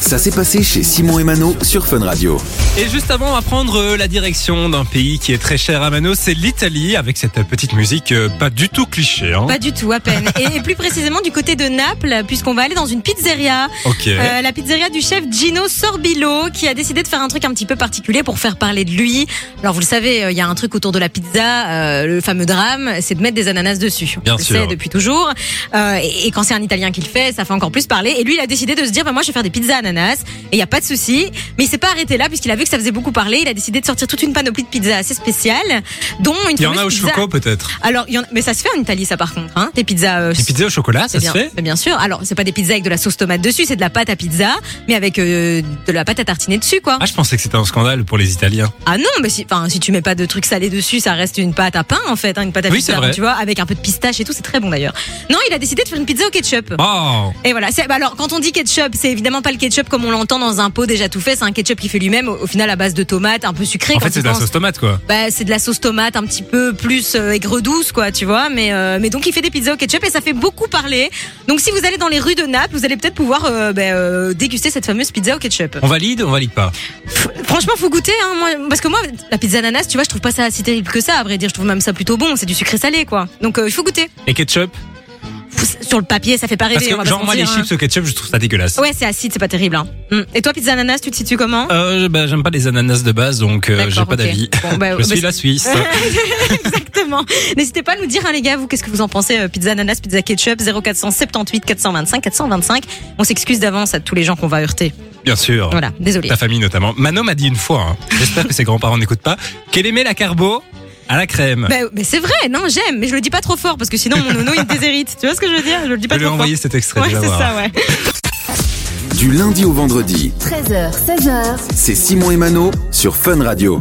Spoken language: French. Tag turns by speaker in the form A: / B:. A: Ça s'est passé chez Simon et Mano sur Fun Radio.
B: Et juste avant, on va prendre euh, la direction d'un pays qui est très cher à Mano, c'est l'Italie, avec cette euh, petite musique euh, pas du tout cliché. Hein.
C: Pas du tout, à peine. Et, et plus précisément du côté de Naples, puisqu'on va aller dans une pizzeria.
B: Ok.
C: Euh, la pizzeria du chef Gino Sorbillo, qui a décidé de faire un truc un petit peu particulier pour faire parler de lui. Alors, vous le savez, euh, il y a un truc autour de la pizza, euh, le fameux drame, c'est de mettre des ananas dessus.
B: Bien
C: on le
B: sûr.
C: sait depuis toujours. Euh, et, et quand c'est un Italien qui le fait, ça fait encore plus parler. Et lui, il a décidé de se dire, bah, moi, je vais faire des pizzas ananas, et il n'y a pas de souci. Mais il s'est pas arrêté là, puisqu'il a vu que ça faisait beaucoup parler. Il a décidé de sortir toute une panoplie de pizzas assez spéciales, dont une
B: Il y en
C: fameuse
B: a au
C: pizza-
B: choco peut-être.
C: alors, il y en a- mais ça se fait en Italie, ça par contre, hein Des pizzas. euh,
B: Des pizzas au chocolat, ça
C: c'est bien,
B: se fait
C: c'est bien sûr. Alors, c'est pas des pizzas avec de la sauce tomate dessus, c'est de la pâte à pizza, mais avec euh, de la pâte à tartiner dessus, quoi.
B: Ah, je pensais que c'était un scandale pour les Italiens.
C: Ah non, mais si, enfin, si tu mets pas de trucs salés dessus, ça reste une pâte à pain en fait, hein, une pâte à
B: Oui,
C: pizza,
B: c'est vrai.
C: tu vois, avec un peu de pistache et tout, c'est très bon d'ailleurs. Non, il a décidé de faire une pizza au ketchup.
B: Oh
C: Et voilà. C'est- bah alors, quand on dit ketchup, c'est évidemment pas le ketchup comme on l'entend dans un pot déjà tout fait. C'est un ketchup qui fait lui-même, au, au final, à base de tomates, un peu sucré.
B: En
C: quand
B: fait,
C: tu
B: c'est de la
C: penses.
B: sauce tomate quoi.
C: Bah, c'est de la sauce tomate un petit peu plus euh, aigre douce quoi tu vois mais euh, mais donc il fait des pizzas au ketchup et ça fait beaucoup parler donc si vous allez dans les rues de Naples vous allez peut-être pouvoir euh, bah, euh, déguster cette fameuse pizza au ketchup
B: On valide, on valide pas.
C: Pff, franchement faut goûter hein, moi, parce que moi la pizza ananas tu vois je trouve pas ça si terrible que ça à vrai dire je trouve même ça plutôt bon c'est du sucré salé quoi donc euh, il faut goûter
B: Et ketchup
C: Pff, sur le papier ça fait pas rêver
B: Parce
C: on
B: que
C: va pas
B: genre
C: se
B: moi les
C: mentir, hein.
B: chips au ketchup, je trouve ça dégueulasse.
C: ouais c'est acide c'est pas terrible hein. Mm. et toi pizza ananas tu te situes comment
B: Euh, bah, j'aime pas les ananas de base, donc euh,
C: D'accord,
B: j'ai pas
C: ok.
B: d'avis.
C: Bon, bah,
B: je suis
C: bah,
B: la Suisse.
C: Exactement. N'hésitez pas à nous dire, hein, les gars, vous, qu'est-ce que vous en pensez euh, Pizza ananas, pizza ketchup, 0478 425 425. On s'excuse d'avance à tous les gens qu'on va heurter.
B: Bien sûr.
C: Voilà, désolé.
B: Ta famille notamment. Manon m'a dit une fois, hein, j'espère que ses grands-parents n'écoutent pas, qu'elle aimait la carbo à la crème.
C: Bah, mais c'est vrai, non, j'aime, mais je le dis pas trop fort parce que sinon mon nono il me déshérite. Tu vois ce que je veux dire Je le dis
B: je
C: pas
B: lui ai
C: trop fort.
B: envoyé cet extrait
C: Ouais,
B: tu vas
C: c'est
B: voir.
C: ça, ouais.
A: Du lundi au vendredi,
D: 13h, 16h.
A: c'est Simon et Mano sur Fun Radio.